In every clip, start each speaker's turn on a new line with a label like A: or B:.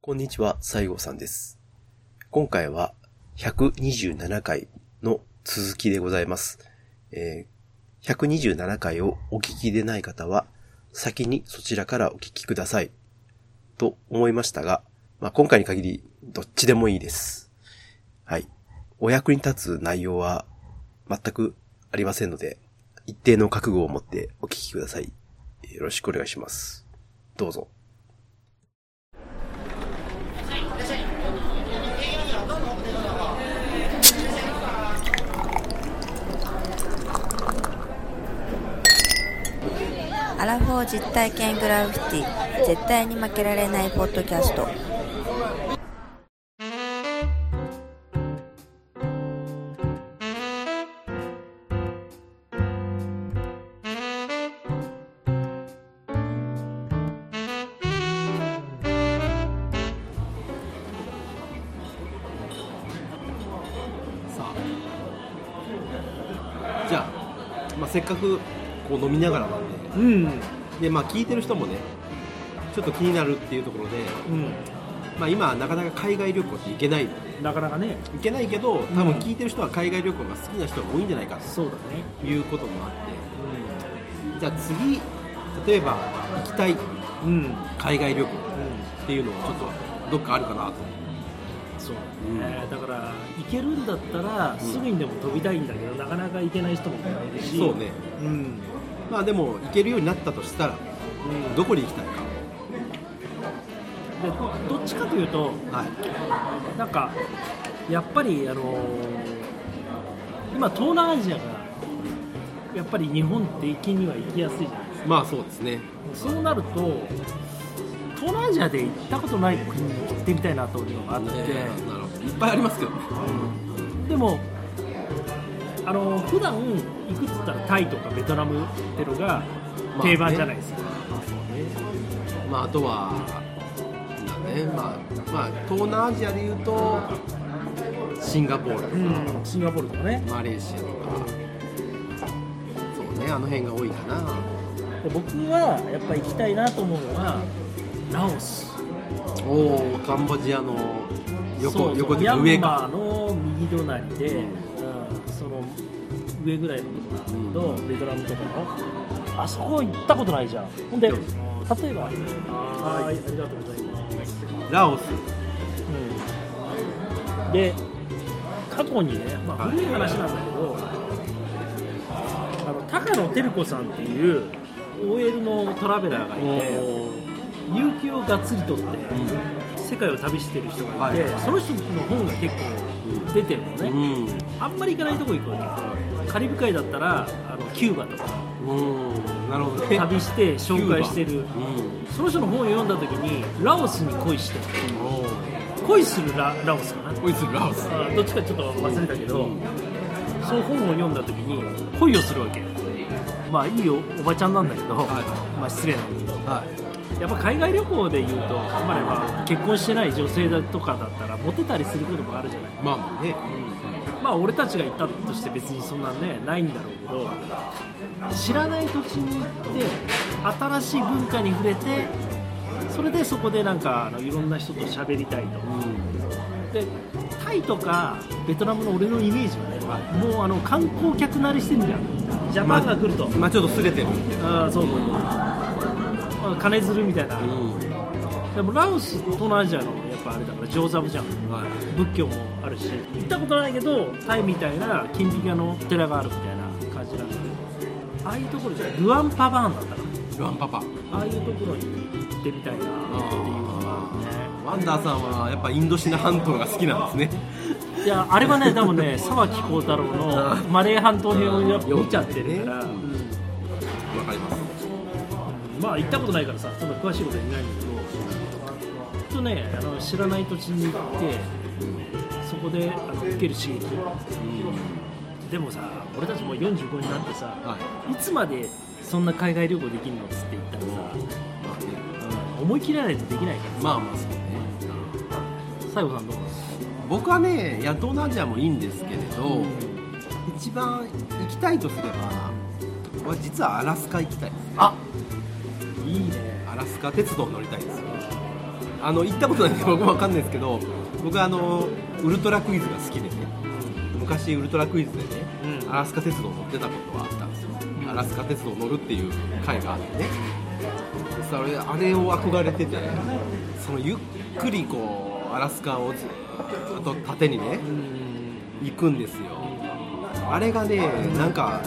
A: こんにちは、西郷さんです。今回は127回の続きでございます。えー127回をお聞きでない方は、先にそちらからお聞きください。と思いましたが、まあ、今回に限り、どっちでもいいです。はい。お役に立つ内容は全くありませんので、一定の覚悟を持ってお聞きください。よろしくお願いします。どうぞ。
B: アラフォー実体験グラフィティ絶対に負けられないポッドキャスト
A: さあじゃあ、まあ、せっかくこう飲みながらなんで
C: うん、
A: で、まあ、聞いてる人もねちょっと気になるっていうところで、
C: うん、
A: まあ、今なかなか海外旅行って行けないので
C: なかなかね、
A: 行けないけど多分聞いてる人は海外旅行が好きな人が多いんじゃないか
C: そうだね、
A: ということもあってじゃあ次例えば行きたい
C: うん、うん、うん、
A: 海外旅行っていうのをちょっとどっかあるかなと
C: そうだね、だから、行けるんだったら、すぐにでも飛びたいんだけど、なかなか行けない人もいるし、
A: そうね
C: うん、うん、
A: まあでも行けるようになったとしたらどこに行きたいか
C: でどどっちかというと、
A: はい
C: なんか、やっぱり、あのー今、東南アジアが、やっぱり日本って行きには行きやすいじゃないですか、
A: まあそうですね
C: そうなると、東南アジアで行ったことない国に行ってみたいなというのがあって。
A: なるほどいっぱいありますけどね
C: でもあの普段行くっつったらタイとかベトナムってのが
A: まあ
C: 定番じゃないですか、
A: まあ、あとはだね、まあまあ、東南アジアでいうとシンガポールとか、
C: うんシンガポールとかね
A: マレーシアとかそうねあの辺が多いかな
C: で僕はやっぱ行きたいなと思うのはラオス
A: おおカンボジアの横
C: そうそう
A: 横とい
C: ミ
A: うか
C: ャ
A: 上
C: ンマ
A: か
C: ーの右隣で、うんその上ぐらいのところなんだけど、ベトナムとかのあそこ行ったことないじゃんほんで例えばはいありがとうございます
A: ラオス
C: うんで過去にね、まあ、古い話なんだけど、あの高野照子さんっていう OL のトラベラーがいて有給をがっつり取って世界を旅してる人がいて、
A: はい
C: その人の本が結構出てるのね、
A: うん
C: あんまり行かないとこ行こうよカリブ海だったらあのキューバとか
A: うんなるほどね
C: 旅して紹介して
A: キュ
C: る
A: ーバうん
C: その人の本を読んだ時にラオスに恋して
A: おー
C: 恋するララオスかな
A: こいつラオス
C: あどっちかちょっと忘れたけど、その本を読んだ時に恋をするわけまあいいおおばちゃんなんだけど、
A: は
C: まあ失礼なんだけど
A: はい
C: やっぱ海外旅行で言うと、まあやっぱ結婚してない女性だとかだったらモテたりすることもあるじゃない
A: まあまあね
C: まあ俺たちが行ったとして別にそんなねないんだろうけど知らない土地に行って新しい文化に触れてそれでそこでなんかあのいろんな人と喋りたいとでタイとかベトナムの俺のイメージはね、もうあの観光客慣れしてんじゃんジャパンが来ると、
A: まあちょっとすれてる
C: あーそうそうそうあ金づるみたいな、
A: ん
C: でもラオス東南アジアのやっぱあれだから上座部じゃん
A: はい
C: 仏教もあるし行ったことないけどタイみたいな金ピカのお寺があるみたいな感じなんだけどああいうところじゃルアンパバーンだったか
A: ワンパパ
C: らああいうところに行ってみたいなっていうのはね
A: ワンダーさんはやっぱインドシナ半島が好きなんですね
C: いやあれはね多分ね沢木耕太郎のマレー半島編を見ちゃってるから、
A: うんわかります
C: まあ行ったことないからさそんな詳しいことは言えないんだけどきっとねあの知らない土地に行ってそこであの受ける刺激でもさ俺たちもう45になってさ
A: はい
C: いつまでそんな海外旅行できるのっつって言ったらさ、
A: まあね
C: うん思い切らないとできないか
A: まあまあそうね
C: ら西郷さんどう
A: 僕はねいや東南アジアもいいんですけれど一番行きたいとすれば僕は実はアラスカ行きたいです
C: あいいね
A: アラスカ鉄道乗りたいです
D: あの行ったことないんで僕もわかんないですけど僕はあのウルトラクイズが好きでね昔ウルトラクイズでね
C: うん
D: アラスカ鉄道乗ってたことはあったんですよアラスカ鉄道乗るっていう会があってねそれあれを憧れててそのゆっくりこうアラスカをずっと縦にね行くんですよあれがねなんか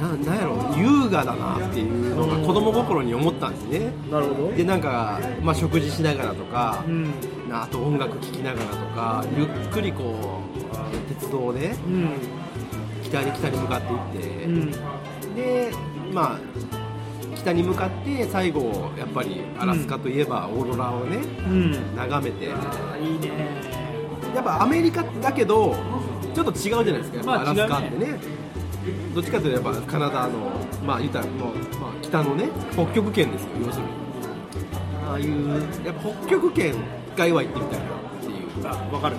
D: ななんやろ優雅だなっていうのが子供心に思ったんですね
C: なるほど
D: でなんか、まあ、食事しながらとか、
C: うん
D: あと音楽聴きながらとかゆっくりこう鉄道で
C: うん
D: 北に北に向かっていって、
C: うん
D: でまあ北に向かって最後やっぱりアラスカといえばオーロラをね
C: うん
D: 眺めてや
C: あいいね
D: っぱアメリカだけどちょっと違うじゃないですかやっ
C: まあ
D: ぱアラスカって
C: 違う
D: ね,、どっちかというとやっぱカナダのまあ言ったらもう、まあ、北のね北極圏ですよ要するにああいうやっぱ北極圏一回は行ってみたいなっていう
C: あ分かる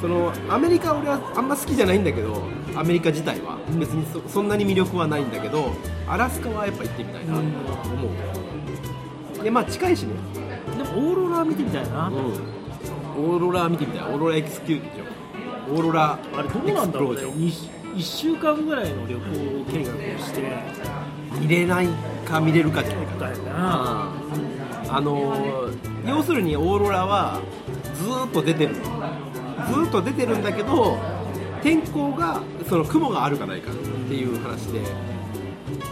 D: そのアメリカ俺はあんま好きじゃないんだけどアメリカ自体は別にそそんなに魅力はないんだけどアラスカはやっぱ行ってみたいなと思うでまあ近いしね、
C: でもオーロラ見てみたいな
D: オーロラ見てみたいオーロラエクスキュージョンオーロラ
C: あれどう
D: エク
C: な
D: ス
C: ん
D: プ
C: だ
D: ロ
C: ろ
D: ー
C: う
D: ジ
C: ね
D: ョン
C: 1週間ぐらいの旅行計画をして
D: 見れないか見れるかっていうか
C: だよな
D: あのー要するにオーロラはずーっと出てるずーっと出てるんだけど天候がその雲があるかないかっていう話で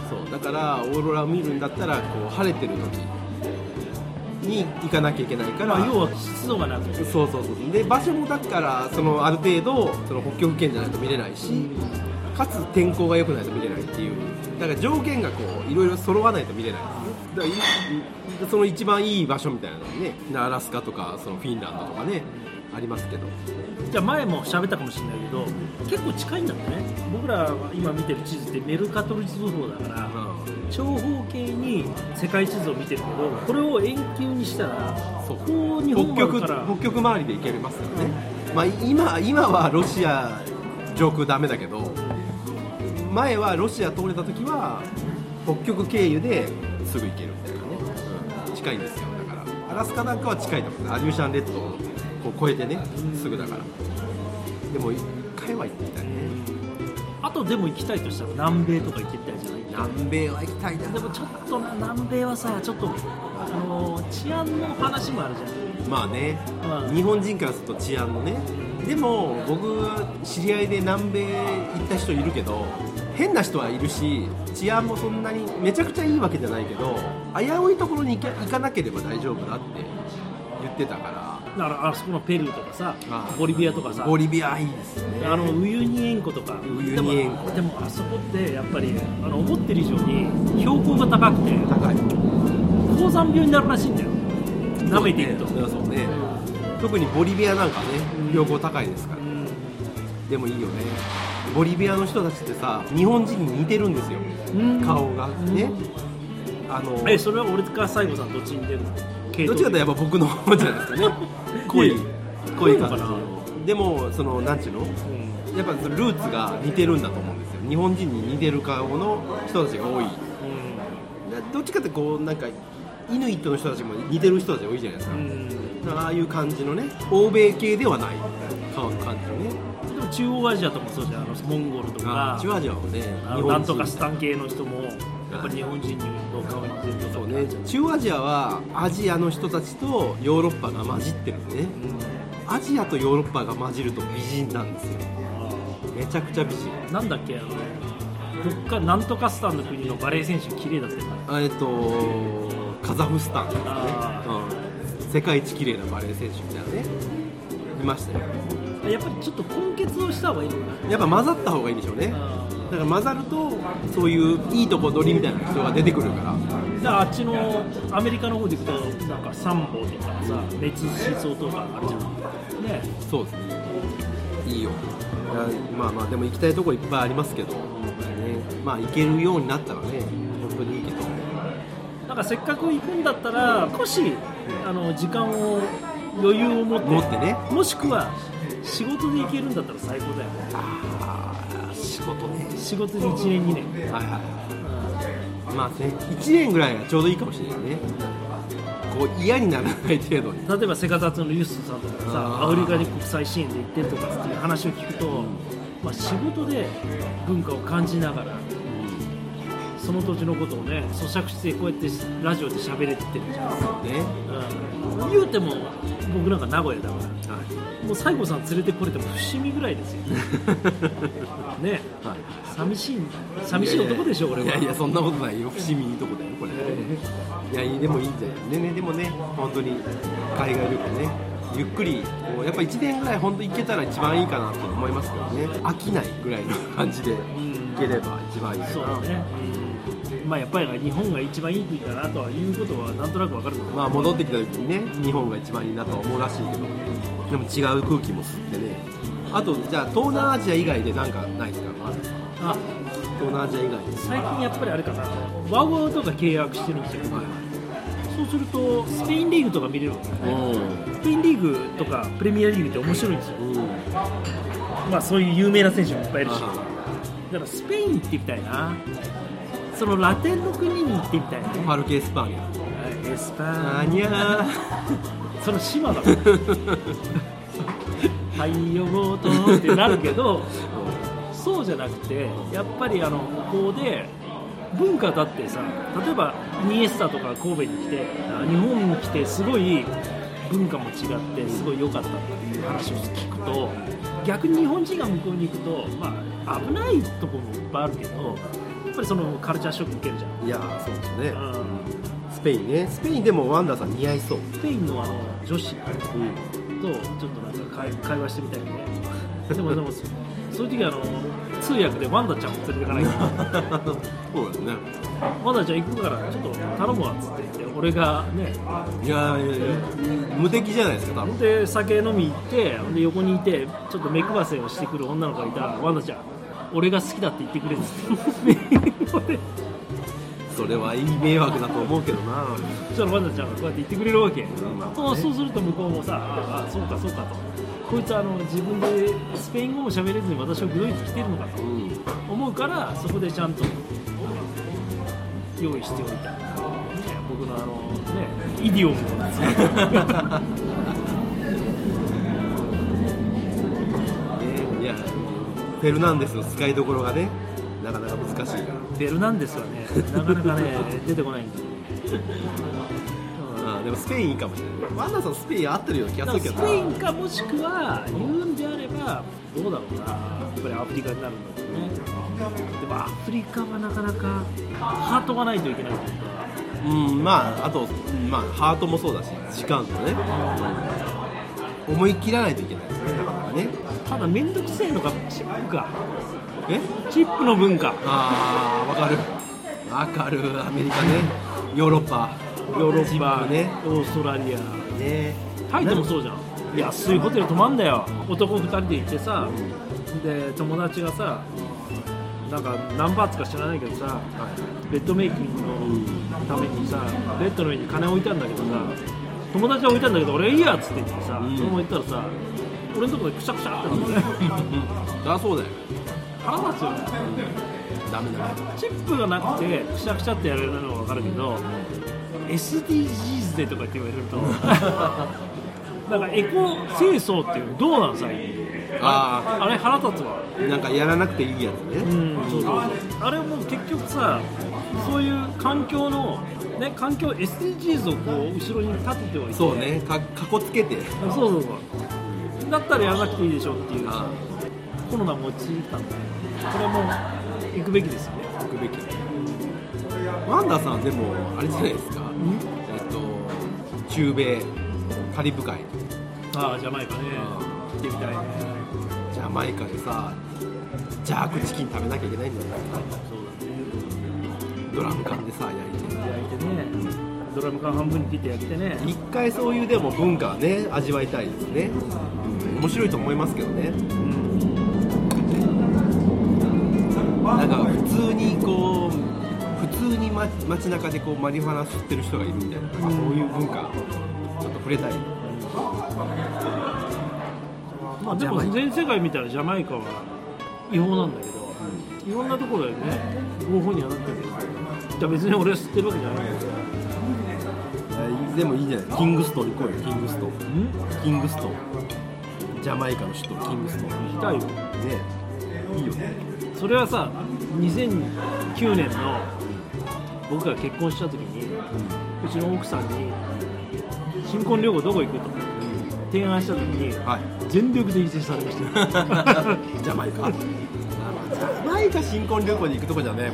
D: そうだからオーロラを見るんだったらこう晴れてる時に行かなきゃいけないから、
C: まあ要は湿度がなくて
D: そうそうそうで場所もだからそのある程度その北極圏じゃないと見れないしかつ天候が良くないと見れないっていうだから条件がこういろいろ揃わないと見れないだからいいその一番いい場所みたいなのにねアラスカとかそのフィンランドとかねありますけど
C: じゃあ前も喋ったかもしれないけど結構近いんだもんね僕らは今見てる地図ってメルカトル図法だから、
D: う
C: 長方形に世界地図を見てるけどこれを円球にしたらそ
D: そ
C: うこ日
D: 北
C: 本があ
D: 極
C: るから
D: 北極周りで行けますからね、まあ、今今はロシア上空ダメだけど前はロシア通れた時は北極経由ですぐ行けるみたいなね、うん近いんですよだからアラスカなんかは近いと思うアリューシャン列島をこう越えてねすぐだからでも一回は行ってみたいね
C: あとでも行きたいとしたら南米とか行ってみたいじゃない
D: 南米は行きたいな
C: でもちょっとな南米はさちょっとあのー治安の話もあるじゃん
D: まあね、
C: まあ
D: 日本人からすると治安のねでも僕知り合いで南米行った人いるけど変な人はいるし治安もそんなにめちゃくちゃいいわけじゃないけど危ういところに行け行かなければ大丈夫だって言ってたから
C: だからあそこのペルーとかさ
D: ああ
C: ボリビアとかさ
D: ボリビアいいですね
C: あのウユニ塩湖とか
D: ウユニ塩
C: でも
D: 湖
C: でもあそこってやっぱりあの思ってる以上に標高が高くて
D: 高い
C: 高山病になるらしいんだよ舐めていると、
D: そうねそうね特にボリビアなんかね標高高いですからでもいいよねボリビアの人たちってさ日本人に似てるんですよ
C: うん
D: 顔がねあの
C: えそれは俺か西郷さんどっちに出るの系
D: どっ
C: 統
D: ちかといえば僕の方じゃないですかね濃い
C: いや
D: 濃い
C: 濃いのか
D: 感
C: な
D: じでもそのなんちゅうの
C: うん
D: やっぱそのルーツが似てるんだと思うんですよ日本人に似てる顔の人たちが多いだどっちかってこうなんかイヌイットの人たちも似てる人たちが多いじゃないですか
C: うん、うんで
D: ああいう感じのね欧米系ではない顔の感じのね
C: も中央アジアとかもそうじゃんあのモンゴルとか
D: あーチュアジアもね
C: あの
D: 日本
C: なん
D: 人
C: とかスタン系の人もやっぱり日本人の顔に似てる
D: そ
C: と
D: う
C: か
D: ね中央アジアはアジアの人たちとヨーロッパが混じってるんでねアジアとヨーロッパが混じると美人なんですよ
C: あ
D: めちゃくちゃ美人
C: ーなんだっけあのどっかなんとかスタンの国のバレー選手綺麗だったよね
D: あえっとカザフスタンですね
C: あ、
D: うん、世界一綺麗なバレー選手みたいなねいましたよ
C: やっぱりちょっと根結をした方がいいのかな
D: やっぱ混ざった方がいいんでしょうね
C: あ
D: だから混ざるとそういういいとこ取りみたいな人が出てくるから
C: ーだからあっちのアメリカの方で行くとなんかサンボとかさ熱思想とかあるじゃんね
D: そうですねいいよいやまあまあでも行きたいとこいっぱいありますけど、ね、まあ行けるようになったらね本当にいいけど
C: なんかせっかく行くんだったら少しあの時間を余裕を持って
D: 持ってね
C: もしくは仕事で行けるんだったら最高だよね
D: ああ仕事ね
C: 仕事で1年2年
D: はいはいはいまあね1年ぐらいがちょうどいいかもしれないねこう嫌にならない程度に
C: 例えばセカザツのユースさんとかさ
D: あー
C: アフリカに国際支援で行ってるとかっていう話を聞くと、まあ、仕事で文化を感じながらその土地のことをね咀嚼してこうやってラジオで喋れてるじゃん、
D: ね
C: うん、言うても僕なんか名古屋だからもう西郷さん連れてこれても伏見ぐらい ですよね
D: はい
C: 寂しい寂しい男でしょ俺はい
D: やいやそんなことないよ伏見いいとこだよこれいやいいでもいいんじゃないねねでもね本当に海外旅行ねゆっくりこうやっぱ1年ぐらい本当行けたら一番いいかなと思いますけどね飽きないぐらいの感じで行ければ一番いいかな
C: そうだね、うんまあやっぱり日本が一番いい国だなとはいうことはなんとなくわかるけど
D: まあ戻ってきた時にね日本が一番いいなとは思うらしいけどでも違う空気も吸ってねあとじゃあ東南アジア以外で何かないですかまず東
C: あ
D: 南アジア以外で
C: 最近やっぱりあれかなワウワウとか契約してるんですよ、そうするとスペインリーグとか見れるわけですねスペインリーグとかプレミアリーグって面白いんですよ
D: うん
C: まあそういう有名な選手もいっぱいいるしだか
D: あ
C: らスペイン行ってみたいなそのラテンの国に行ってみたいね
D: ーパルケ・スパーニャ
C: エスパ
D: あ
C: ーニ
D: にゃー
C: ャその 島だもんはいよごとってなるけどそうじゃなくてやっぱりあのここで文化だってさ例えばイニエスタとか神戸に来てあ日本に来てすごい文化も違ってすごい良かったっていう話を聞くと逆に日本人が向こうに行くと、まあ、危ないとこもいっぱいあるけどやっぱりそのカルチャーショック受けるじ
D: いやーそうですね、
C: ゃん、うん、
D: スペインねスペインでもワンダーさん似合い そう、
C: スペインのあの女子
D: う
C: と
D: ん、
C: ちょっとなんか会会話してみたいんで、でもでもそそういう時はあの通訳でワンダちゃんを連れていかないと、
D: そうですね
C: ワンダちゃん行くからちょっと頼むわっつって言って、俺がね、
D: いやーいやいや無敵じゃないですか多分
C: で酒飲み行って、ほんで横にいて、ちょっと目配せをしてくる女の子がいたワンダちゃん、俺が好きだって言ってくれっ つって。
D: それはいい迷惑だと思うけどな
C: そしたらワンダちゃんがこうやって言ってくれるわけ、
D: ん
C: あそうすると向こうもさああそうかそうかとこいつはあの自分でスペイン語も喋れずに私をグロイツ来てるのかと
D: うん
C: 思うからそこでちゃんと用意しておいた、ね、僕のあのねイディオムを使って
D: ねいやフェルナンデスの使いどころがねなかなか難しいから
C: ベルなんですよねなかなかね 出てこないんだよね
D: あーでもスペインいいかもしれないワンダーさんスペイン合ってるような気
C: だ
D: が
C: か
D: す
C: ら
D: る
C: ス
D: けど
C: ペインかもしくは言うんであればどうだろうなやっぱりアフリカになるんだろうねでもアフリカはなかなかハートがないといけないというか
D: うんまああと、まあ、ハートもそうだし時間とね思い切らないといけないですねなかなかね
C: ただ面倒くせえのがチップか
D: え
C: チップの文化
D: ああわかるわかるアメリカねヨーロッパ
C: ヨーロッパ、
D: ね
C: オーストラリア
D: ね
C: タイでもそうじゃん安いホテル泊まんだよ男2人で行ってさで友達がさなんか何バーツか知らないけどさベッドメイキングのためにさベッドの上に金置いたんだけどさ友達が置いたんだけど俺いいやっつって言ってさ、
D: うん
C: そのまま行ったらさ俺のとこでくしゃくしゃってなって
D: うんだそうだよ
C: 腹立つよね
D: ダメだね
C: チップがなくてくしゃくしゃってやられるのは分かるけど SDGs でとかって言われ るとなんかエコ清掃っていうのどうなんさ
D: あ
C: あれ腹立つわ
D: あなんかやらなくていいやつ
C: う
D: ね
C: んそうそうそうあれも結局さそういう環境のね環境 SDGs をこう後ろに立てておいて
D: そうねかかこつけて
C: そうそうそうだったらやらなくていいでしょっていう
D: あ
C: コロナも陥ったんでこれも行くべきですよね
D: あ行くべきワンダさんでもあれじゃないですかえっと中米カリブ海
C: ああジャマイカね行ってみたいね
D: ジャマイカでさジャークチキン食べなきゃいけないんだよ
C: そう
D: ドラム缶でさ焼いて
C: だね焼いてねドラム缶半分に切って焼いてね
D: 一回そういうでも文化はね味わいたいですね、うん、面白いと思いますけどね
C: うん
D: なんか普通にこう普通に街街中でこうマリファナ吸ってる人がいるみたいなそういう文化ちょっと触れたい
C: まあでも
D: ジャマ
C: 全世界見たらジャマイカは違法なんだけどいろんなところでね合法にはなってるけどいや別に俺は知ってるわけじゃないけど
D: いでもいいんじゃないキングストン行こうよキングストンキングストンジャマイカの首都キングストンね
C: 行きたいよ
D: いいよね
C: それはさ2009年の僕が結婚した時にうちの奥さんに新婚旅行どこ行くと提案した時に
D: はい
C: 全力で移住されま したよ
D: ジャマイカジャマイカ新婚旅行に行くとこじゃねえ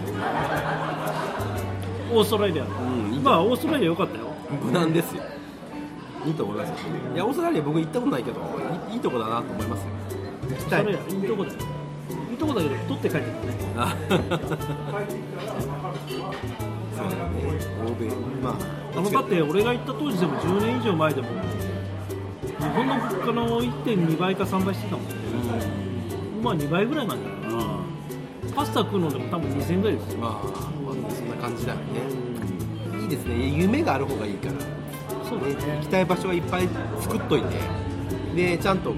D: もん
C: オーストラリア
D: うんいい
C: まあオーストラリア良かったよ
D: 無難ですよいいと思いますよいやオーストラリア僕行ったことないけどいいいとこだなと思いますよ行
C: オー
D: き
C: スト
D: た
C: ラ
D: い
C: リアいいとこだよいいとこだけど太って帰ってくるね
D: あそうだよね欧米まあ
C: あのだって俺が行った当時でも10年以上前でも日本の物価の1.2倍か3倍してたもんねまあ2倍ぐらいなんだよなパスタ食うのでも多分2000円ぐらいですよ
D: まあ、そんな感じだよね、いいですね夢がある方がいいから、ね、
C: そうだね
D: 行きたい場所はいっぱい作っといてでちゃんとこ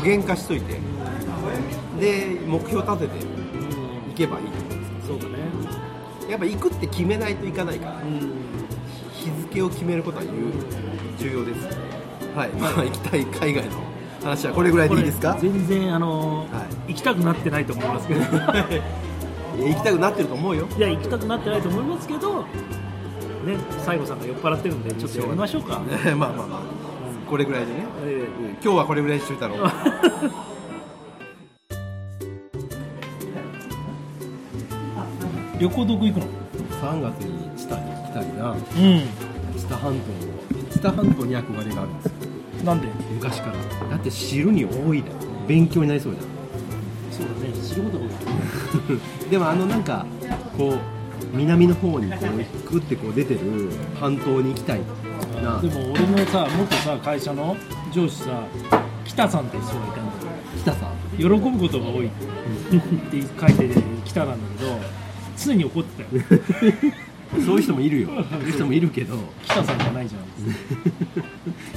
D: う具現化しといてで目標立てて行けばいい
C: そうだね
D: やっぱ行くって決めないといかないから日付を決めることは言う重要ですはい、ま あ、行きたい海外の話はこれぐらいでいいですか
C: これ全然あのー
D: は
C: 行きたくなってないと思いますけ ど
D: いや行きたくなってると思うよ
C: いや行きたくなってないと思いますけどね西郷さんが酔っ払ってるんでちょっとやりましょうか、
D: ねまあまあまあこれぐらいでね
C: ええ
D: 今日はこれぐらいにしといたろう
C: 旅行どこ行くの
D: 3月に知多に行きたいな
C: う
D: 知多半島知多半島に憧れがあるんですよ
C: んなんで
D: 昔からだって知るに多いだよ勉強になりそうじ
C: そうだね知ることが多い
D: ゃんでもあのなんかこう南の方にこう行くってこう出てる半島に行きたいな
C: でも俺のさ元さ会社の上司さ北さんっていう人がいたんだ
D: 北さん
C: けど喜ぶことが多いって書いてる北なんだけど常に怒ってたよ
D: そういう人もいるよそういう人もいるけど
C: 北さんじゃないじ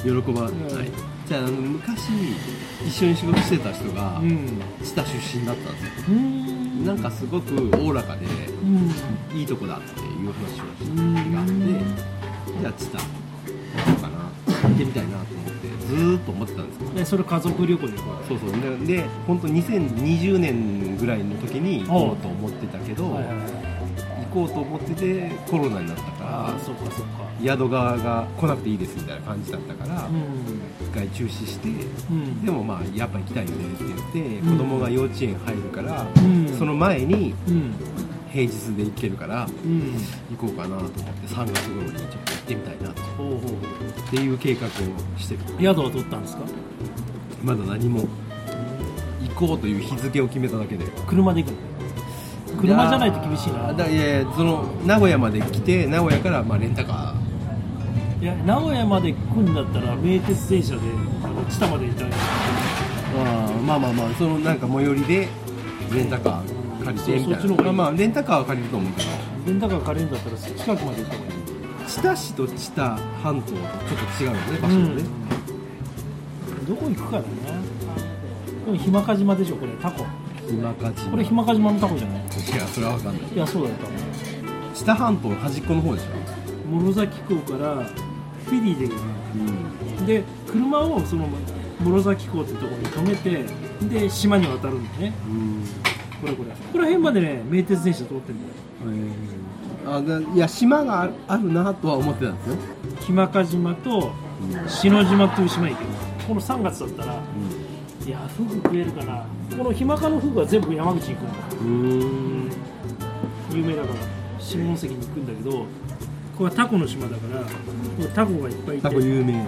C: ゃん
D: 喜ばない、
C: うん
D: はいじゃああの昔一緒に仕事してた人が
C: うん
D: 知多出身だったんですよ
C: うん
D: なんかすごくおおらかで
C: うん
D: いいとこだっていう話をし
C: う
D: て
C: ん
D: があってじゃあ知多行こうかな行ってみたいなと思ってずーっと思ってたんですけど
C: ねそれ家族旅行で行こう
D: そうそうでで本当2020年ぐらいの時に行こうと思ってたけど、
C: はいはいはい
D: 行こうと思っててコロナになったか
C: ああそっかそっから
D: 宿側が来なくていいですみたいな感じだったから
C: う
D: 一回中止して
C: んうん
D: でもまあやっぱ行きたいよねって言って
C: うん
D: 子供が幼稚園入るから
C: うん
D: その前に
C: うん
D: 平日で行けるから
C: うん
D: 行こうかなと思って3月頃にちょっと行ってみたいなと
C: ほうほうほう
D: っていう計画をしてる
C: 宿は取ったんですか
D: まだ何も行こうという日付を決めただけで
C: 車で行くの車じゃないと厳しい
D: あ
C: な
D: だいやいやその名古屋まで来て名古屋からまあレンタカ
C: いや名古屋まで来るんだったら名鉄電車であの知多まで行ったらいい
D: ーまあまあまあそのなんか最寄りでレンタカー借りてみたいな
C: そうそっちの方がいい
D: まあまあレンタカーは借りると思うけど
C: レンタカー借りるんだったら近くまで行った方がいい
D: 知多市と知多半島とちょっと違うよね場所がね、
C: どこ行くかだねでも日間賀島でしょこれタコ
D: ひまかじ
C: これ日間賀島のタコじゃない
D: いやそれは分かんない
C: いやそうだよ多分
D: 知多半島の端っこの方でしょ、
C: 室崎港からフィリーで行くの
D: うん、
C: で車をその室崎港ってところに止めてで島に渡るんだよねこれこれここら辺までね名鉄電車通ってんだよ
D: あだいや島があるあるなとは思ってたんですよ、
C: 日間賀島と篠島っていう島に行けるこの3月だったらいやフグ食えるかなこの日間賀のフグは全部山口に行くんだ
D: うん
C: 有名だから下関に行くんだけどここはタコの島だからこうタコがいっぱいいて
D: タコ有名
C: う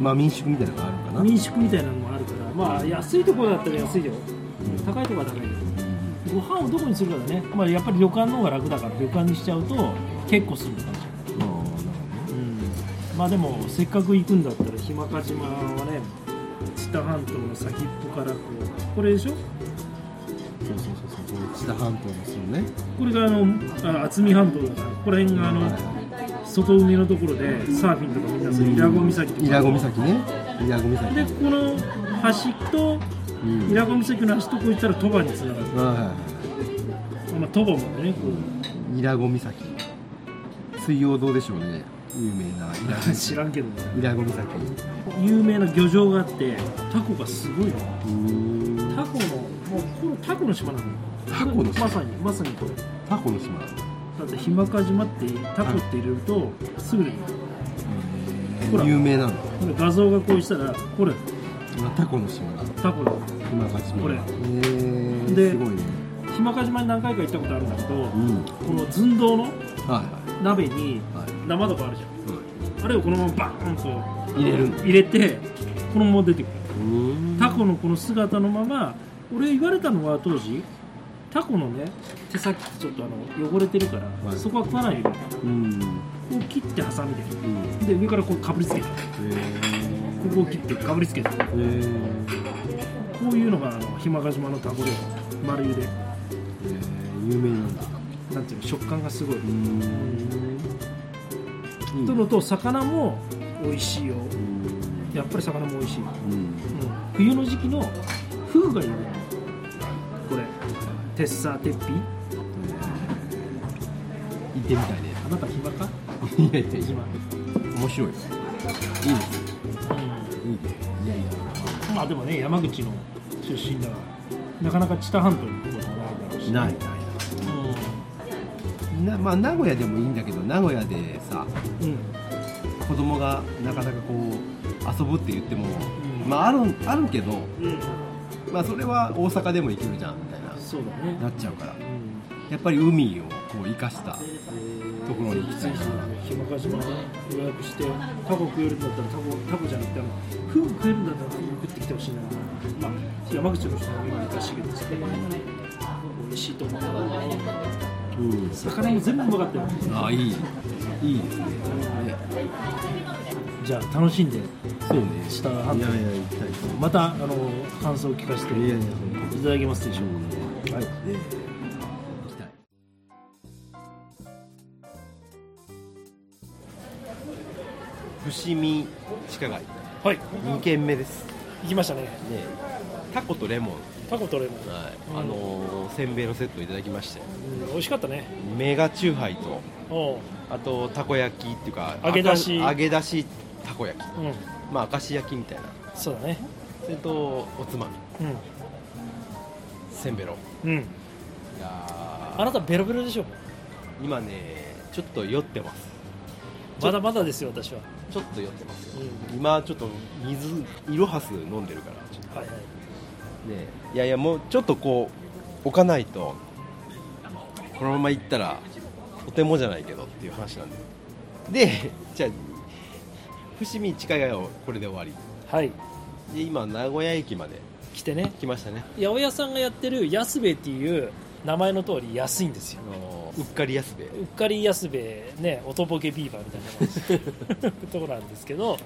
D: まあ民宿みたいなのがあるのか
C: ん
D: な
C: 民宿みたいなのもあるからまあ安いところだったら安いよ高いところは高いけどご飯をどこにするかだね、まあ、やっぱり旅館の方が楽だから旅館にしちゃうと結構するのかもしれない、まあでもせっかく行くんだったら日間賀島はね知多半島の先っぽからこうこれでしょ
D: そうそうそうそうこう知多半島のそのね
C: これがあのあ渥美半島だからここら辺があの外海のところでサーフィンとかみんなする伊良湖岬とか
D: 伊良湖岬ね伊良湖岬
C: でここの橋と
D: うん
C: 伊良湖岬の橋とこう行ったら鳥羽につながる、
D: はいはいは
C: まあ、鳥羽までねこう
D: い伊良湖岬水曜どうでしょうね有名な伊良湖岬
C: 知らんけどね
D: 伊良湖岬
C: 有名な漁場があってタコがすごいの
D: うーん
C: タコのもうこのタコの島なの
D: タコの島
C: まさにまさにこれだ
D: タコの島
C: ってひまか島ってタコって入れるとすぐにほら
D: 有名なの
C: 画像がこうしたらこれ
D: タコの島だ
C: タコだ
D: 今勝ち
C: これ
D: へー
C: です
D: ごいね
C: ひまか島に何回か行ったことあるんだけど、
D: うん
C: この寸胴の
D: はい
C: 鍋に
D: はいはい
C: 生とかあるじゃんあれをこのままバーンと
D: 入れるんだ
C: 入れてこのまま出てくる
D: うん
C: タコのこの姿のまま俺言われたのは当時タコのね手先ちょっとあの汚れてるから、
D: はい
C: そこは食わないように
D: うん
C: こう切ってハサミで
D: うん
C: で上からこうかぶりつけてこ
D: へ
C: こを切ってかぶりつけてこ
D: えへ
C: ういうのがあのひまが島のタコで丸ゆで
D: 有名なんだ
C: なんていうの食感がすごい、
D: んいい
C: と
D: ね
C: のと魚も美味しいよ
D: うん
C: やっぱり魚も美味しい、うん、
D: うん
C: 冬の時期のフグが有名これテッサーテッピ
D: 行ってみたいね
C: あなた暇か
D: いやいやい
C: 暇、
D: や面白いよいいです
C: う
D: いいねいやいや
C: ん、まあでもね山口の出身だからなかなか知多半島に行くこともないだろうし
D: ないなまあ名古屋でもいいんだけど名古屋でさ
C: うん、うん
D: 子供がなかなかこう遊ぶって言っても、
C: うん
D: まああるあるけど、
C: うん、
D: まあ、それは大阪でも行けるじゃんみたいな
C: そうだ
D: な
C: ね
D: っちゃうから
C: うん
D: やっぱり海をこう生かしたところに行きたいな
C: ひまか島ね予約してタコ食えるんだったらタコタコじゃなくてあのフグ食えるんだったらフグ食ってきてほしいなまあ山口の人も今難しいけどそれ美味しいと思うから
D: うん
C: 魚も全部うまかったよ
D: ああいいいいですねね
C: じゃあ楽しんで
D: そうね
C: 下半
D: い
C: 分
D: やいや行きたいです
C: またあの感想を聞かせて
D: いやいや
C: い
D: 本
C: ただけますでしょうか
D: 当はいね行きたい伏見地下街
C: はい
D: 2軒目ですね
C: 行きましたね
D: タコとレモン、
C: タコとレモン、
D: はいあのーせんべいのセットいただきまして
C: うん、美味しかったね
D: メガチューハイと
C: おう
D: あとたこ焼きっていうか
C: 揚げ出し
D: あか揚げ出したこ焼き
C: うん
D: まあ明石焼きみたいな
C: そうだね
D: それとおつまみせんべろ
C: うんうん
D: いやー
C: あなたベロベロでしょ
D: 今ねちょっと酔ってます
C: まだまだですよ私は
D: ちょっと酔ってますよ、
C: う
D: 今ちょっと水イロハス飲んでるからちょっ
C: はいはい
D: とねいやいやもうちょっとこう置かないとこのまま行ったらとてもじゃないけどっていう話なんででじゃあ伏見地下街をこれで終わり
C: はい
D: で今名古屋駅まで
C: 来てね
D: 来ましたね
C: 八百屋さんがやってる安兵衛っていう名前の通り安いんですよ
D: あのうっかり安部
C: うっかり安兵衛ねおとぼけビーバーみたいな感じところなんですけど、
D: はい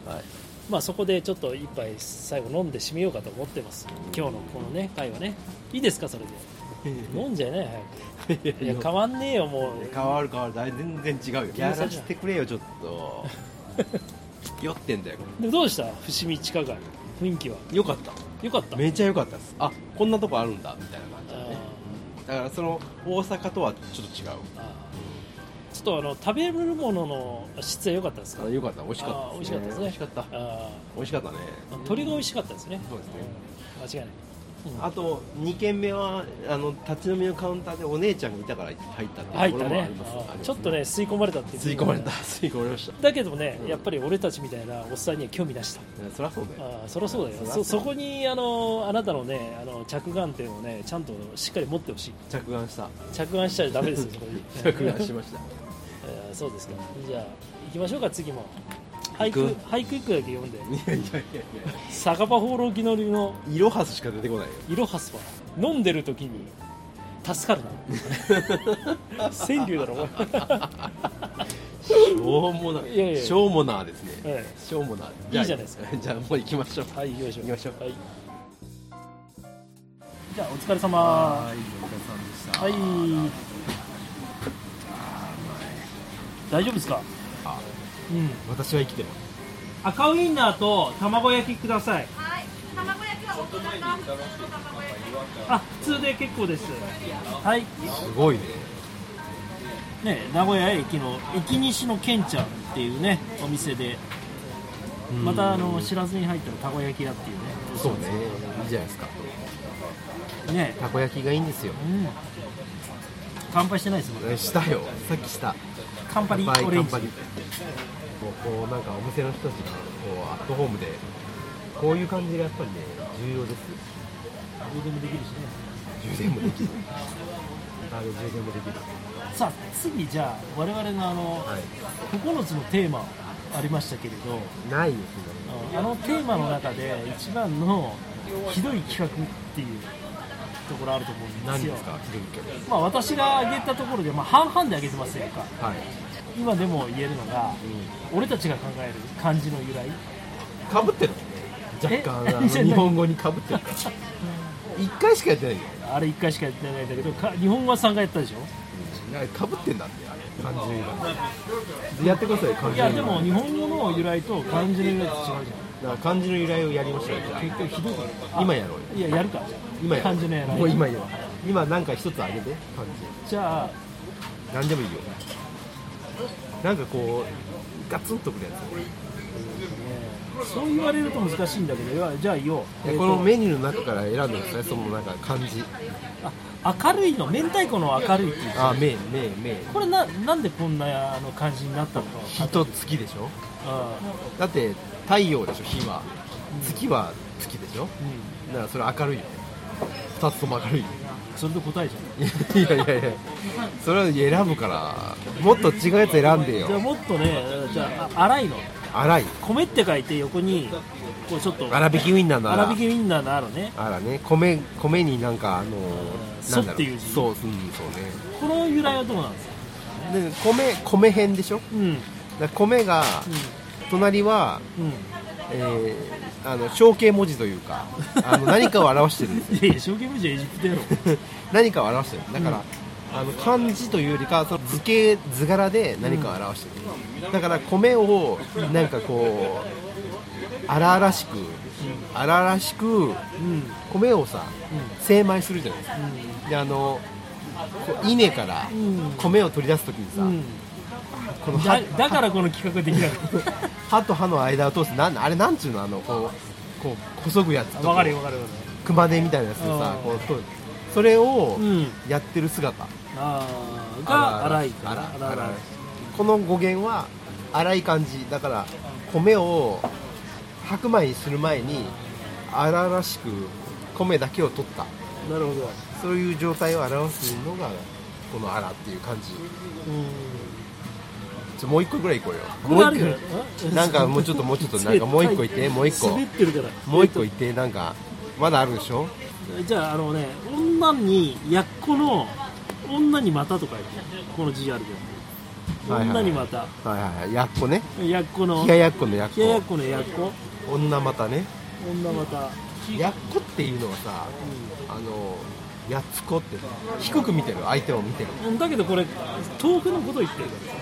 C: まあ、そこでちょっと一杯最後飲んで締めようかと思ってます今日のこのね会はねいいですかそれで飲んじゃいない早くいや変わんねえよもう
D: 変わる変わるだい全然違うよやらせてくれよちょっと酔ってんだよこ
C: でどうでした伏見地下街雰囲気は
D: れよかった
C: よかった
D: めちゃ良かったですあこんなとこあるんだみたいな感じだね
C: あ
D: だからその大阪とはちょっと違う
C: ーあーちょっとあの食べるものの質は良かったですか
D: あよかった美味し
C: あ
D: か
C: ー
D: っ
C: 美味
D: た
C: しかったですね
D: 美味しかった
C: あ
D: 美味しかったね
C: ー鶏が美味しかったですね
D: そうですね
C: うん間違いない、
D: あと2軒目はあの立ち飲みのカウンターでお姉ちゃんがいたから入ったって
C: 入
D: いう
C: っ
D: とこ
C: た
D: ろもあ
C: ね
D: ります
C: あー
D: あります
C: ちょっとね吸い込まれたっていう
D: 吸い込まれた吸い込まれましたい
C: だけどねやっぱり俺たちみたいなおっさんには興味なしだ
D: やそりゃそうだよ
C: あーそりゃそうだよ
D: そりゃそ
C: そうそこにあのあなたのねあの着眼点をねちゃんとしっかり持ってほしい
D: 着眼した
C: 着眼しちゃダメですよそこに
D: 着眼しました
C: えーそうですかじゃあ行きましょうか次も俳句
D: 行く
C: 俳句一句だけ読んで
D: いやいやいやいや
C: 酒場放浪記の流の
D: イロハスしか出てこないよ
C: イロハスは飲んでる時に助かる な川柳だろお前
D: しょうもない
C: やいやいや
D: しょうもなですね、
C: え
D: しょうもない
C: いいじゃないですか
D: じゃあもう行きましょう
C: えはい行きましょう
D: 行きましょう
C: はい、じゃあお疲れ様
D: いお疲れ様でした
C: はい大丈夫ですか
D: あ
C: うん
D: 私は生きてます
C: 赤ウインナーと卵焼きください
E: はい。卵焼きは大人か普通の卵焼き。
C: あ普通で結構ですはいね
D: すごいね
C: 名古屋駅の駅西のけんちゃん
F: っていうねお店でまたあの知らずに入ったらたこ焼き屋っていうね
D: そうねいいじゃないですか
F: ね
D: たこ焼きがいいんですよ
F: うん乾杯してないですもんね
D: えしたよさっきした
F: 乾杯
D: 乾
F: リ
D: 杯
F: オレ
D: 乾
F: ンジ
D: 杯もうこうなんかお店の人たちがこうアットホームでこういう感じがやっぱりね重要です
F: どうでもできるしね
D: 充電もできるあの充電もできる
F: さあ次じゃあ我々のあの
D: はい
F: 9つのテーマありましたけれど
D: ないですね
F: あのテーマの中で一番のひどい企画っていうところあると思うんです
D: 何
F: よ
D: ですか気分
F: まあ私が挙げたところで、まあ、半々で挙げてますやんか
D: はい、
F: 今でも言えるのが俺たちが考える漢字の由来
D: かぶってる若干
F: え
D: あの日本語にかぶってる一回しかやってないよ
F: あれ1回しかやってないんだけどか日本語は3回やったでしょ
D: かぶってんだってあれ感じがやってください感
F: い
D: じ
F: やでも日本語の由来と漢字の由来って違うじ
D: だから漢字の由来をやりましょうよじゃあ
F: ゃん結局ひどいからあ
D: 今やろうよ
F: いややるか
D: 今やろう
F: 漢字の由来
D: もう今やろう今なんか一つあげて漢字
F: じゃあ
D: 何でもいいよなんかこうガツンとくるや
F: そう言われると難しいんだけどいやじゃあ言おう
D: つ、
F: えーと
D: このメニューの中から選んでくださいそのなんか漢字
F: あ明るいの明太子の明るいっていう
D: あめめめ
F: これななんでこんなあの感じになったのか
D: 日と月でしょ
F: あ
D: だって太陽でしょ日は月は月でしょ
F: うん
D: だからそれ明るいよね2つとも明るいよ
F: それで答えじ
D: いやいやいやそれは選ぶからもっと違うやつ選んで
F: ゃんじゃあ
D: よ
F: もっとねじゃああ粗いの
D: 粗い
F: 米って書いて横にこうちょっと
D: 粗挽きウインナーなら
F: 粗挽きウインナーのあるね
D: あらね米米になんかあの
F: そ
D: なんだろ
F: っていう字
D: そう、うん、そう
F: この由来はどうなんですか
D: ねで米米編でしょ
F: うんうん
D: だから米が隣は、えーあの象形文字というかあの何かを表してるんですよ
F: いやいや証券無事はエジプトやろ
D: 何かを表してるだから、あの漢字というよりかその図形図柄で何かを表してる、だから米をなんかこう荒々しく荒々しく
F: うんうん
D: 米をさ精米するじゃないですかであのこう稲から
F: ん
D: 米を取り出す時にさ、
F: うん
D: この
F: だ
D: 歯
F: だからこの企画できなかっ
D: 歯と歯の間を通すなんあれなんちゅうのあのこうこうこそぐやつと
F: たわかるよわかるわか
D: 熊手みたいなやつでさ
F: うん
D: こうとそれを
F: るうん
D: やってる姿、
F: あーが粗い
D: あら
F: 粗い
D: 荒いこの語源は粗い感じだから米を白米にする前に荒々しく米だけを取った
F: なるほど
D: そういう状態を表すのがこの「荒」っていう感じちょもう一個ぐらい行こうよ
F: これあるよ
D: もう一個なんかもうちょっともうちょっ となんかもう一個いてもう一個
F: 滑ってるから
D: もう一個行ってなんかまだあるでしょ
F: じゃああのね女にやっこの女にまたとか言ってこの字あるけど
D: はいはい
F: 女にまた
D: はいはいはいやっこね
F: やっこの
D: 冷ややっこのやっ
F: 冷ややっ
D: こ
F: このやっこ
D: 女またね
F: 女また
D: やっこっていうのはさあのやっつこって低く見てる相手を見てる
F: うんだけどこれ豆腐のこと言ってるからさ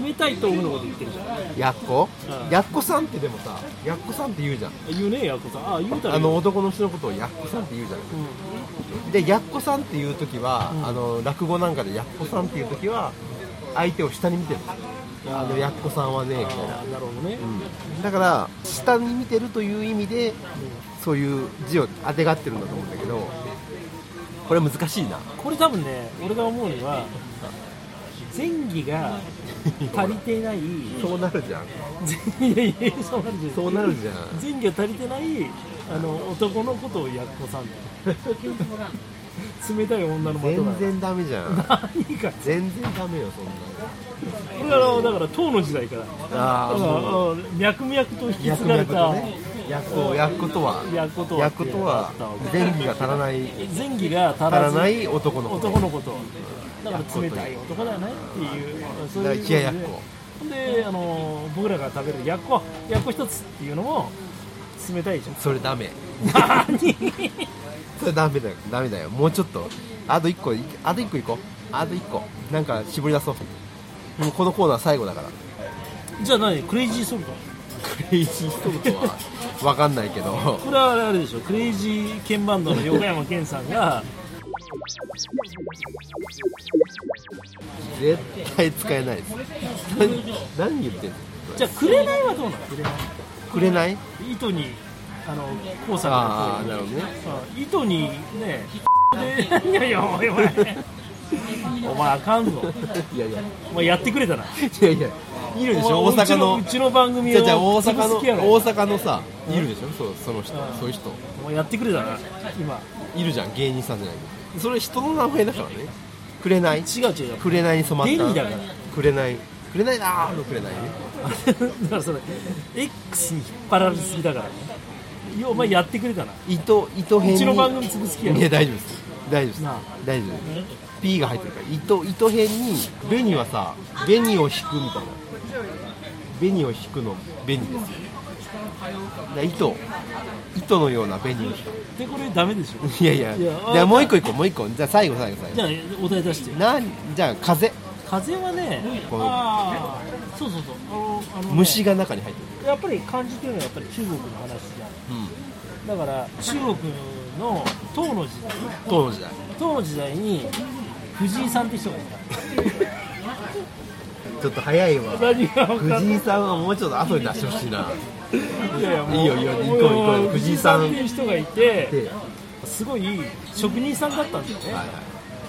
F: 冷たい豆腐のこと言ってるじゃん
D: やっこ
F: うん
D: やっこさんってでもさやっこさんって言うじゃん
F: 言うねやっこさんああ言うたら
D: あの男の人のことをやっこさんって言うじゃん
F: うん
D: でやっこさんっていう時は、
F: うん
D: あの落語なんかでやっこさんっていう時は相手を下に見てるあのやっこさんはねみたいな、
F: あーなるほどね
D: うん、だから下に見てるという意味でそういう字をあてがってるんだと思うんだけどこれ難しいな
F: これ多分ね俺が思うには前儀が足りてない
D: そうなるじゃん
F: 前いやいやそうなるじゃん
D: そうなるじゃん
F: 前儀が足りてないあの男のことをやっこ さんだ冷たい女の的な
D: 全然ダメじゃん
F: 何か
D: 全然ダメよそんなの
F: これあのだから唐の時代から
D: あ
F: だからあ
D: もう
F: の脈々と引き継
D: 役々
F: がれた
D: とねやっこやっことは
F: やっことは
D: や
F: っ
D: ってこ
F: いう
D: と
F: のがあ
D: は
F: ったわけ
D: 前儀が足らない
F: 前儀が足
D: 足ら
F: らず
D: ない男のこと
F: 男のことだから冷たい男だよねっていうそう
D: だから
F: いう
D: 冷ややっこ
F: であの僕らが食べるやっこやっこ一つっていうのも冷たいじゃん
D: それダメ
F: 何
D: それダメだよダメだよもうちょっとあと1個いあと1個いこうあと1個なんか絞り出そうもうこのコーナー最後だから
F: じゃあ何クレイジーソルト
D: クレイジーストーブとは分かんないけど
F: これはあれあれでしょクレイジーケンバ ンドの横山健さんが
D: 絶対使えないです何何言ってんの
F: じゃあ紅はどうなの
D: くれない
F: 糸にあの交差
D: ああなるほどね
F: 糸にねでいやいやおいおいお前あかんぞ
D: いやいや
F: お前やってくれたない
D: やいやいるでしょ
F: お
D: 大
F: 前うち
D: 阪の
F: うちの番組
D: じゃ
F: を
D: あじゃあ大阪の
F: 好きやろ
D: 大阪のさいるでしょそうその人
F: うん
D: そういう人
F: お前やってくれたな今
D: いるじゃん芸人さんじゃないけどそれ人の名前だからねくれない
F: 違う違う
D: くれないに染まった
F: デニだから
D: くれないくれないだーのくれないね
F: だからそれ X に引っ張られすぎだからねいやお前やってくれたな
D: 糸糸編に
F: うちの番組潰す気やろ
D: いや大丈夫です大丈夫です
F: なあ
D: 大丈夫です P が入ってるから糸糸編に紅はさ紅を引くみたいな紅を引くの紅ですよだから糸糸のような紅を引く
F: でこれダメでしょ
D: いやいや
F: いや
D: じゃあもう一個行こうもう一個じゃあ最後最後最
F: じ
D: 後
F: ゃあお題出してよ
D: なんじゃあ風
F: 風はね
D: この
F: ああそうそうそうあのあのね
D: 虫が中に入ってる
F: やっぱり感じてるのはやっぱり中国の話じゃんだから中国の唐の時代
D: 当時代
F: 唐の時代に藤井さんって人がい
D: ちょっと早いわ
F: た何が分かん
D: 藤井さんはもうちょっと後に出してほしいな
F: ないやいやもう
D: いいよいいよ行こう行こう
F: も
D: 藤井さん
F: っていう人がいて
D: で、
F: すごい職人さんだったんだよね、
D: はいはい、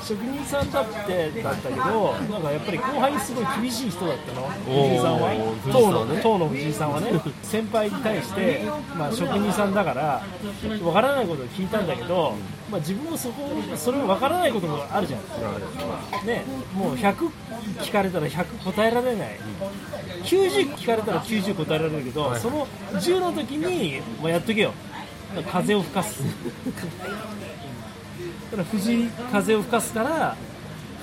F: 職人さんだってだったけどなんかやっぱり後輩にすごい厳しい人だったの
D: おー
F: 藤井さんは
D: 藤井さ
F: 当
D: んは
F: の
D: ね
F: 当の藤井さんはね先輩に対して、まあ、職人さんだからわからないことを聞いたんだけど、まあ、自分もそこそれもわからないこともあるじゃんね、もう100聞かれたら100答えられない、90聞かれたら90答えられるけど、その10の時にもうやっとけよ風を吹かすだから藤井風を吹かすから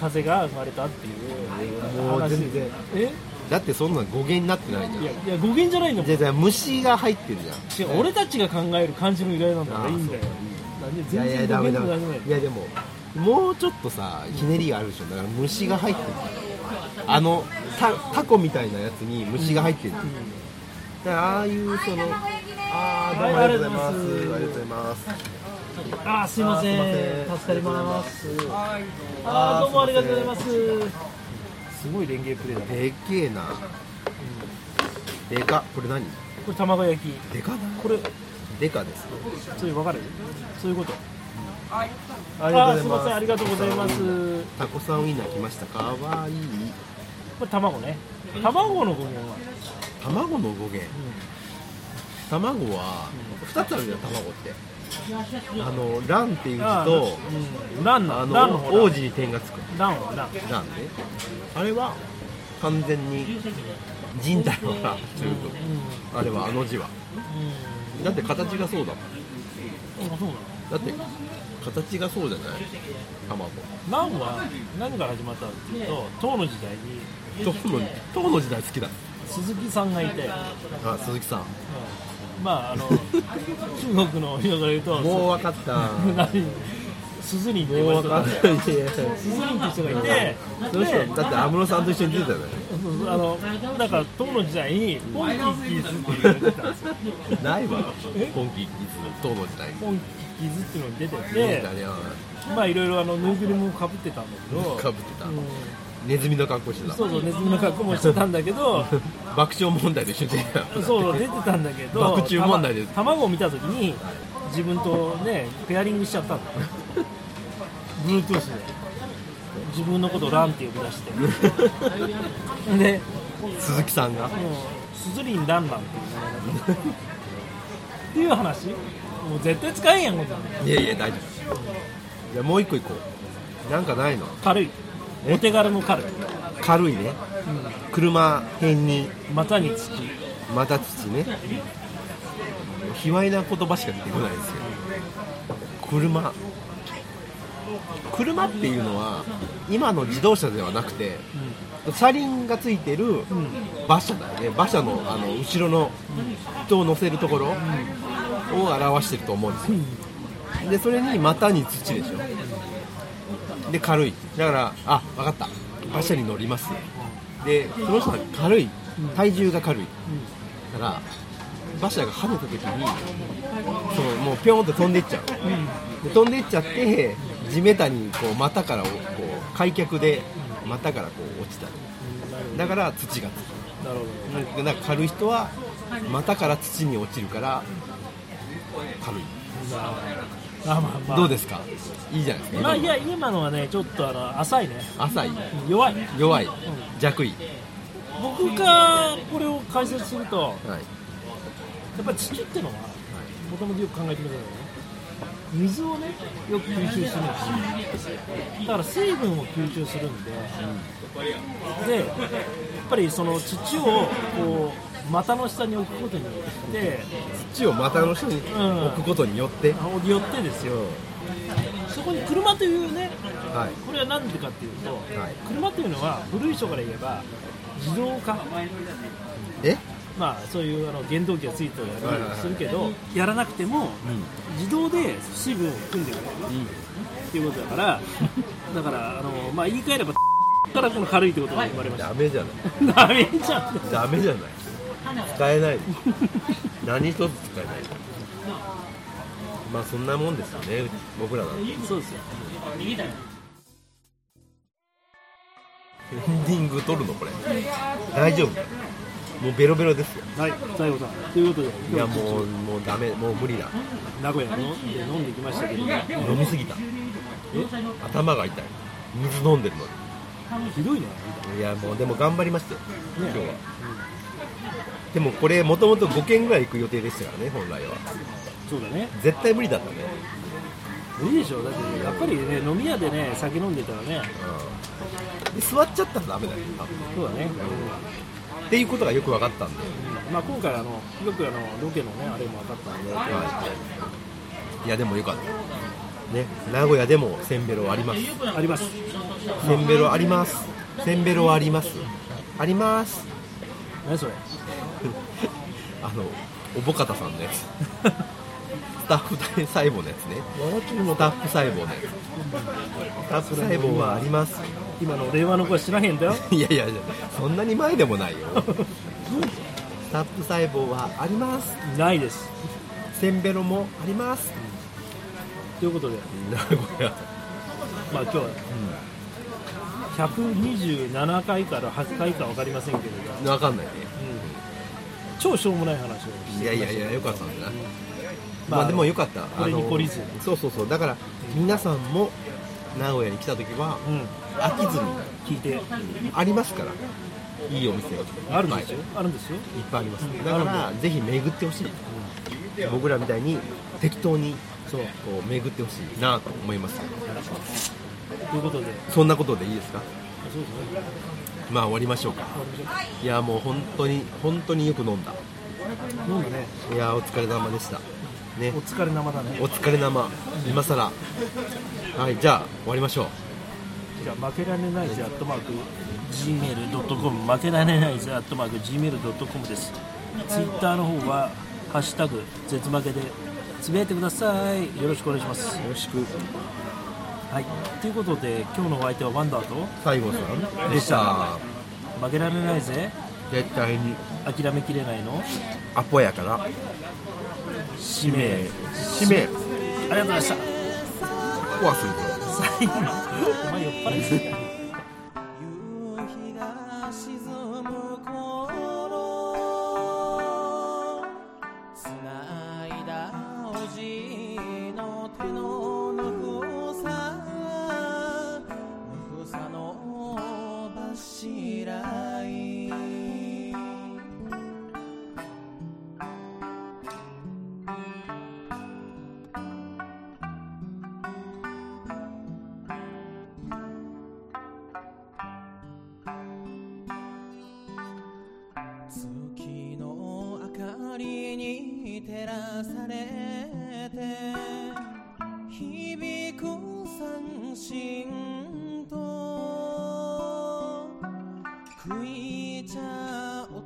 F: 風が生まれたっていう
D: もう
F: 話で
D: 全然
F: え
D: だってそんなん語源になってないじゃん
F: いやいや語源じゃないんだもん
D: じゃあじゃあ虫が入ってるじ
F: 違
D: ゃん
F: う俺たちが考える漢字の由来なんだか
D: あ
F: ら
D: ー
F: いいんだよなんで
D: いやいや
F: 全然
D: ダ
F: 語
D: メ
F: 源
D: ダ
F: じ
D: メ
F: ゃない
D: いやでももうちょっとさひねりがあるでしょだから虫が入ってるあのタタコみたいなやつに虫が入ってる、だからああいうそのああどうもありがとうございます、
F: はい
D: あり
F: あり
D: がと
F: が
D: うご
F: とうご
D: ざ
F: ざ
D: います
F: あーすいません
D: あーすいません
F: 助かりますあーどうもありがとうございますすごい連携プレーだね
D: でっけえな、でかこれ何
F: これ卵焼き
D: でかな
F: これ
D: でかです
F: そういう分かるそういうこと
D: あり
F: あーすいませんありがとうございます
D: タコさんウインナー来ましたかわいい
F: これ卵ね卵の語源は
D: 卵の語源、卵は2つあるじゃん卵ってあの卵っていう字
F: あ
D: と
F: ーうん、ラン
D: あ
F: のランの
D: の
F: 方
D: 王
F: だ
D: 子に点がつく
F: ランはラン
D: 卵ねあれは完全に人体の卵ということあれはあの字はだって形がそうだもん
F: あそう
D: だって形がそうじゃない卵
F: なのランは何から始まったかっていうと唐の時代に
D: 唐の唐の時代好きだ
F: 鈴木さんがいて、
D: あ鈴木さん
F: うんま ああの中国の人から言うと
D: もう分かった
F: 何鈴林って言
D: も
F: わ
D: う
F: れて
D: 分
F: た
D: か
F: ん
D: っ
F: だ
D: たい
F: よ
D: やいや
F: 鈴林って人がいて
D: その
F: で
D: 人だって安室さんと一緒に出てたよね
F: あのだから唐の時代にポンキッキーズって言われてたんですよ
D: ないわ
F: え
D: 今季いつ当の時代
F: ポンキッキーズっていうのに出てて
D: 誰や
F: まあいろいろあのぬいぐるみもかぶってたんだけど
D: かぶってた
F: うん
D: ネズミの格好してた
F: そうそうネズミの格好もしてたんだけど
D: 爆笑問題で一緒に出てた
F: そうそう出てたんだけど
D: 爆注問題です
F: たま卵を見た時に自分とねペアリングしちゃったんだ Bluetooth で自分のことをランって呼び出して で
D: 鈴木さんが
F: もうスズリンランランっていう名前だったっていう話もう絶対使えんやんこんなの
D: いやいや大丈夫いやもう一個行こうなんかないの
F: 軽いお手軽の軽い
D: 軽いね、車編に
F: 股につき
D: また土ね卑猥な言葉しか出てこないですよ車車っていうのは今の自動車ではなくて、車輪がついてる馬車だよね馬車のあの後ろの人を乗せるところを表してると思うんですよ、でそれに股に土でしょで軽いだからあ分かった馬車に乗りますでその人は軽い体重が軽い、だから馬車が跳ねた時にそのもうピョーンと飛んでいっちゃう、で飛んでいっちゃって地べたにこう股からをこう開脚で
A: 股からこう落ちたり
F: な
A: だ
F: る
A: から土がつく
F: ほどなるほ
A: でなんか軽い人は股から土に落ちるから軽い
F: どまあまあまあ
A: どうですかいいじゃないですか
F: まあいや今のはねちょっとあの浅いね
A: 浅い
F: 弱い
A: 弱い弱い
F: 僕がこれを解説すると
A: はい
F: やっぱり土ってのはもともとよく考えてみたらね水をねよく吸収するんですよだから水分を吸収するんで、でやっぱりその土をこう股の下に置くことによって
A: 土を股の下に
F: ん
A: 置くことによって、
F: あのよってですよそこに車というね
A: はい
F: これは何でかっていうと、
A: はい
F: 車というのは古い人から言えば自動化
A: え
F: まあそういうあの原動機がついてた
A: はいはいは
F: り
A: い
F: するけどやらなくても自動で水分を含んでくれるっていうことだからだからあのまあ言い換えれば からこの軽いってことが生まれまし
A: ダメじゃない
F: たダメじゃん
A: ダメじゃない使えない何一つ使えないまあそんなもんですよね僕らなんてエ
F: そうですよ
A: ンディング取るのこれ大丈夫もうベロベロですよ
F: はい最後さんということで
A: い
F: 今
A: や
F: 日
A: もうもうダメもう無理だ
F: 名古屋ので飲んできましたけど
A: 飲みすぎた頭が痛い水飲んでるの
F: ひどいね
A: にいやもうでも頑張りましたよ今日は、
F: ね
A: でもこれもともと5軒ぐらい行く予定でしたからね本来は
F: そうだね
A: 絶対無理だったね、
F: 無理でしょだってやっぱりね飲み屋でね酒飲んでたらね
A: うん、で座っちゃったらダメだよ多分
F: そうだね、
A: っていうことがよく分かったんで、
F: まあ今回あのよくあのロケのねあれも分かったんで
A: いやでもよかったね名古屋でもせんべろあります
F: あります
A: せんべろありますせんべろありますあります
F: 何それ
A: あのおぼかたさんのやつ スタッフ細胞のやつねスタッフ細胞のやつスタッフ細胞はあります
F: 今の令和の声知らへんだよ
A: いやいやいやそんなに前でもないよスタッフ細胞はあります
F: ないです
A: せんべろもあります
F: ということで
A: 名古屋
F: まあ今日は127回から8回か分かりませんけれど、うん、
A: 分かんないね
F: 超しょうもない話をして
A: いやいやいやよかったんだなまあ、でもよかった
F: これに
A: あの
F: 懲りず
A: そうそうそうだから皆さんも名古屋に来た時は
F: うん
A: 飽きずに
F: 聞いて
A: ありますからいいお店がいっぱい
F: あるんですよあるんですよ
A: いっぱいあります
F: うん
A: だか
F: あ
A: らぜひ巡ってほしい僕らみたいに適当にそうこう巡ってほしいなと思います
F: ということで
A: そんなことでいいですか
F: そうですね
A: まあ終わりましょうか
F: 終わりましょうか
A: いやもう本当に本当によく飲んだ
F: 飲んでね
A: いやお疲れ様でしたね
F: お疲れ生だね
A: お疲れ生今更はいじゃあ終わりましょう
F: じゃあ負けられないぜアットマーク gmail.com 負けられないぜアットマーク gmail.com ですツイッターの方は「ハッシュタグ絶負け」でつぶやいてくださいよろしくお願いしますよろしくはいということで今日のお相手はワンダーと
A: 西郷さん
F: でした負けられないぜ
A: 絶対に
F: 諦めきれないの
A: アポやから
F: 使命
A: 使命
F: ありがとうございました
A: 壊するぞ
F: 最後お前酔っ払いすぎや
G: 夕日が沈む頃繋いだおじいの手のぬくさぬくさの柱い月の明かりに照らされて響く三振と食い茶お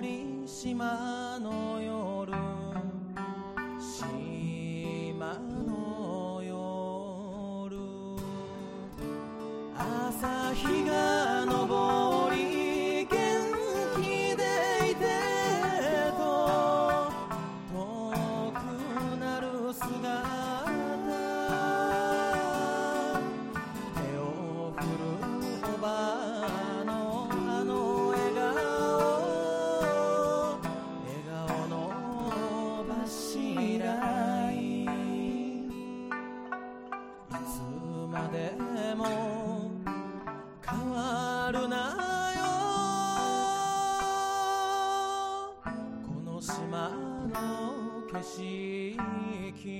G: 通り島の夜島の夜朝日が昇り元気でいてと遠くなる姿手を振るおばしないいつまでも変わるなよこの島の景色